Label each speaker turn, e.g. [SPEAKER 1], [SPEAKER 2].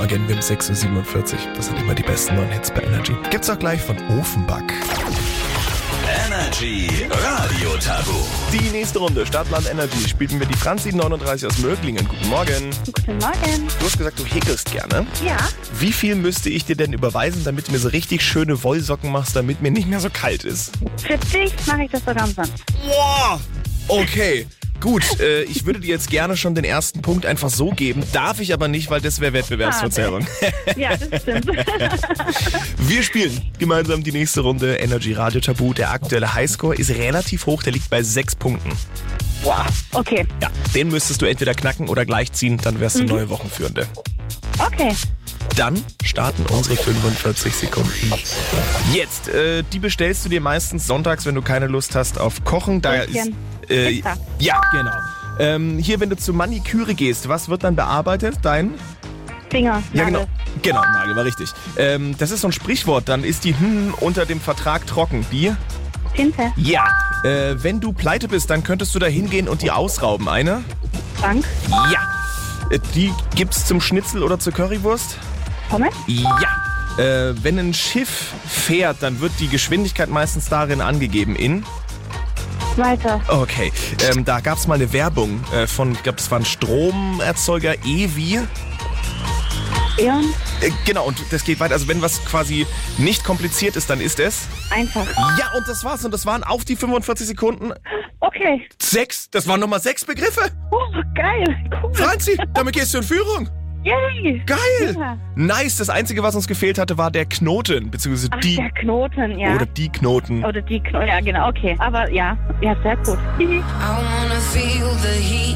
[SPEAKER 1] Again Wim 6.47 Uhr. Das sind immer die besten neuen Hits bei Energy. Gibt's auch gleich von Ofenback.
[SPEAKER 2] Energy Radio Tabu.
[SPEAKER 1] Die nächste Runde Stadtland Energy spielten wir die Franzi 39 aus Möglingen. Guten Morgen.
[SPEAKER 3] Guten Morgen.
[SPEAKER 1] Du hast gesagt, du häkelst gerne.
[SPEAKER 3] Ja,
[SPEAKER 1] Wie viel müsste ich dir denn überweisen, damit du mir so richtig schöne Wollsocken machst, damit mir nicht mehr so kalt ist?
[SPEAKER 3] für dich mache ich das sogar umsonst.
[SPEAKER 1] Wow! Okay. Gut, äh, ich würde dir jetzt gerne schon den ersten Punkt einfach so geben, darf ich aber nicht, weil das wäre Wettbewerbsverzerrung.
[SPEAKER 3] Ja, das stimmt.
[SPEAKER 1] Wir spielen gemeinsam die nächste Runde Energy Radio Tabu. Der aktuelle Highscore ist relativ hoch, der liegt bei sechs Punkten.
[SPEAKER 3] Okay,
[SPEAKER 1] Ja, den müsstest du entweder knacken oder gleichziehen, dann
[SPEAKER 3] Mhm.
[SPEAKER 1] wärst du neue Wochenführende.
[SPEAKER 3] okay.
[SPEAKER 1] Dann starten unsere 45 Sekunden. Jetzt, äh, die bestellst du dir meistens sonntags, wenn du keine Lust hast auf Kochen. Da ist,
[SPEAKER 3] Brötchen.
[SPEAKER 1] äh,
[SPEAKER 3] Pizza.
[SPEAKER 1] ja, genau. Ähm, hier, wenn du zu Maniküre gehst, was wird dann bearbeitet? Dein?
[SPEAKER 3] Finger.
[SPEAKER 1] Ja,
[SPEAKER 3] Nagel.
[SPEAKER 1] genau. Genau, Nagel, war richtig. Ähm, das ist so ein Sprichwort, dann ist die hm unter dem Vertrag trocken. Die?
[SPEAKER 3] Tinte.
[SPEAKER 1] Ja. Äh, wenn du pleite bist, dann könntest du da hingehen und die ausrauben. Eine?
[SPEAKER 3] Bank.
[SPEAKER 1] Ja. Äh, die gibt's zum Schnitzel oder zur Currywurst?
[SPEAKER 3] Pommes.
[SPEAKER 1] Ja. Äh, wenn ein Schiff fährt, dann wird die Geschwindigkeit meistens darin angegeben in.
[SPEAKER 3] Weiter.
[SPEAKER 1] Okay, ähm, da gab's mal eine Werbung äh, von, ich glaube, das war ein Stromerzeuger Evi.
[SPEAKER 3] Eon.
[SPEAKER 1] Äh, genau, und das geht weiter. Also wenn was quasi nicht kompliziert ist, dann ist es.
[SPEAKER 3] Einfach.
[SPEAKER 1] Ja, und das war's. Und das waren auf die 45 Sekunden
[SPEAKER 3] Okay.
[SPEAKER 1] sechs. Das waren nochmal sechs Begriffe.
[SPEAKER 3] Oh, geil. Cool.
[SPEAKER 1] Franzi, damit gehst du in Führung.
[SPEAKER 3] Yay.
[SPEAKER 1] Geil.
[SPEAKER 3] Ja.
[SPEAKER 1] Nice. Das Einzige, was uns gefehlt hatte, war der Knoten, beziehungsweise
[SPEAKER 3] Ach,
[SPEAKER 1] die.
[SPEAKER 3] der Knoten, ja.
[SPEAKER 1] Oder die Knoten.
[SPEAKER 3] Oder die Knoten. Ja, genau. Okay. Aber ja, ja, sehr gut.
[SPEAKER 4] I wanna feel the heat.